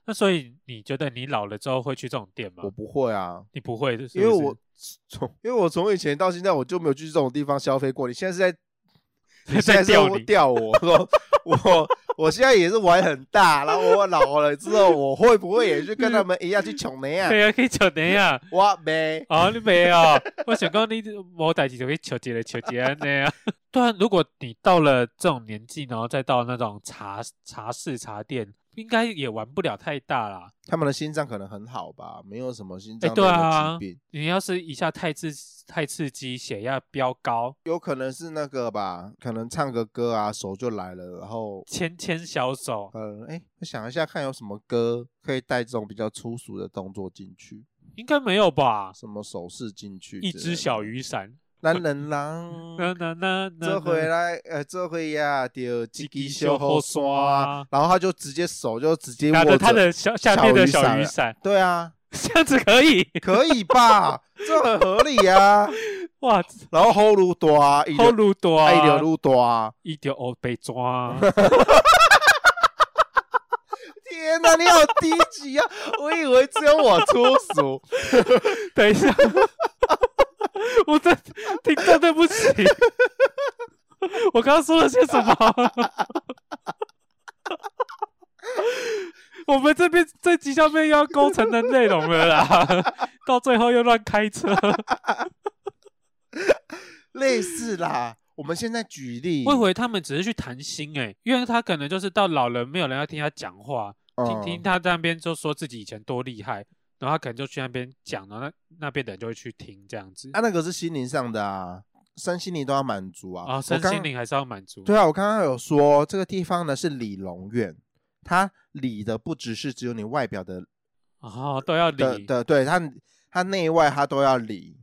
Speaker 2: 那所以你觉得你老了之后会去这种店吗
Speaker 1: 我？不会啊，
Speaker 2: 你不会，是
Speaker 1: 因为
Speaker 2: 不是
Speaker 1: 我 从因为我从以前到现在我就没有去这种地方消费过。你现在是在你
Speaker 2: 在
Speaker 1: 现在是
Speaker 2: 吊你
Speaker 1: 吊我 说我我现在也是玩很大，然后我老了之后，我会不会也去跟他们一样去穷人啊？
Speaker 2: 对啊，可以求你啊。
Speaker 1: 我没，
Speaker 2: 哦，你没有，我想讲你无代志就去求一个求一个安尼啊。 对啊，如果你到了这种年纪，然后再到那种茶茶室茶店，应该也玩不了太大啦。
Speaker 1: 他们的心脏可能很好吧，没有什么心
Speaker 2: 哎
Speaker 1: 脏类
Speaker 2: 对
Speaker 1: 的
Speaker 2: 啊
Speaker 1: 疾病，
Speaker 2: 你要是一下太刺太刺激，血压飙高，
Speaker 1: 有可能是那个吧，可能唱个歌啊，手就来了，然后。
Speaker 2: 牵牵小手，
Speaker 1: 呃，哎，我想一下看有什么歌可以带这种比较粗俗的动作进去，
Speaker 2: 应该没有吧？
Speaker 1: 什么手势进去之类
Speaker 2: 一
Speaker 1: 的，
Speaker 2: 只小雨伞，
Speaker 1: 男人 郎，
Speaker 2: 那那那那，
Speaker 1: 嗯这回
Speaker 2: 啦，
Speaker 1: 来，呃，这回呀，就自己
Speaker 2: 己
Speaker 1: 修
Speaker 2: 修
Speaker 1: 后
Speaker 2: 好
Speaker 1: 山
Speaker 2: 山，
Speaker 1: 然后他就直接手就直接
Speaker 2: 拿
Speaker 1: 握
Speaker 2: 着
Speaker 1: 着
Speaker 2: 他的小下面的
Speaker 1: 小雨伞
Speaker 2: 小雨
Speaker 1: 啊
Speaker 2: 伞，
Speaker 1: 对啊，
Speaker 2: 这样子可以？
Speaker 1: 可以吧？这很合理啊。
Speaker 2: 哇，
Speaker 1: 然后后路多啊，一
Speaker 2: 好
Speaker 1: 条
Speaker 2: 路多
Speaker 1: 啊，一条
Speaker 2: 啊！
Speaker 1: 路多啊。
Speaker 2: 一条哦被抓，
Speaker 1: 天哪，你好低级啊！我以为只有我粗俗，
Speaker 2: 等一下， 我的听众对不起，我刚刚说了些什么？ 我们这边这集下面要工程的内容了啦， 到最后又乱开车。
Speaker 1: 类似啦。我们现在举例，
Speaker 2: 我以为他们只是去谈心诶、因为他可能就是到老人没有人要听他讲话，听
Speaker 1: 嗯
Speaker 2: 听他在那边就说自己以前多厉害，然后他可能就去那边讲，然后那那边的人就会去听这样子
Speaker 1: 啊，那个是心灵上的啊，身心灵都要满足啊。
Speaker 2: 啊，
Speaker 1: 我
Speaker 2: 身
Speaker 1: 刚
Speaker 2: 心灵还是要满足。
Speaker 1: 对啊，我刚刚有说这个地方呢是理容院，它理的不只是只有你外表的
Speaker 2: 哦，都要
Speaker 1: 的
Speaker 2: 理，
Speaker 1: 的，对它它内外它都要理。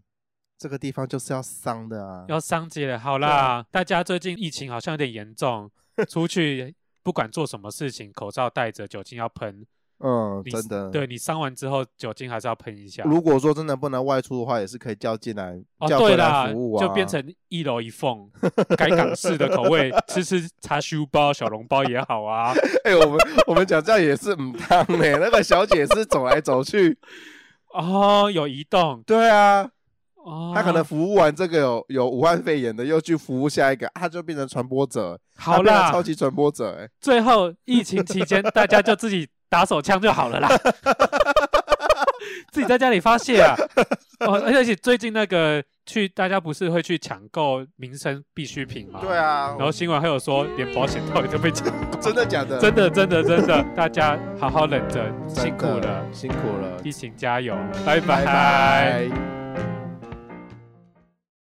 Speaker 1: 这个地方就是要伤的啊，
Speaker 2: 要商机了。好
Speaker 1: 对啊
Speaker 2: 啦，大家最近疫情好像有点 严重，出去不管做什么事情，口罩戴着，酒精要喷。
Speaker 1: 嗯，
Speaker 2: 你
Speaker 1: 真的。
Speaker 2: 对你伤完之后，酒精还是要喷一下。
Speaker 1: 如果说真的不能外出的话，也是可以叫进来，
Speaker 2: 哦，
Speaker 1: 叫
Speaker 2: 对
Speaker 1: 回
Speaker 2: 啦
Speaker 1: 来，服务啊，
Speaker 2: 就变成一楼一凤，改港式的口味，吃吃叉烧包、小笼包也好啊。
Speaker 1: 哎、我们我们讲这样也是唔当呢、那个小姐是走来走去，
Speaker 2: 哦，有移动，
Speaker 1: 对啊，
Speaker 2: 哦，
Speaker 1: 她可能服务完这个有有武汉肺炎的，又去服务下一个，她就变成传播者，她
Speaker 2: 好
Speaker 1: 变成
Speaker 2: 啦
Speaker 1: 超，级传播者、哎。
Speaker 2: 最后疫情期间大家就自己打手枪就好 了啦，自己在家里发泄啊。哦，而且最近那个去大家不是会去抢购民生必需品吗？
Speaker 1: 对。啊
Speaker 2: 然，后新闻还有说，连保险套也都被抢，
Speaker 1: 真的假的？
Speaker 2: 真的真的真的，大家好好忍着，
Speaker 1: 真
Speaker 2: 辛苦
Speaker 1: 的
Speaker 2: 了，
Speaker 1: 辛苦了，
Speaker 2: 疫情加油，拜
Speaker 1: 拜
Speaker 2: 拜
Speaker 1: 拜。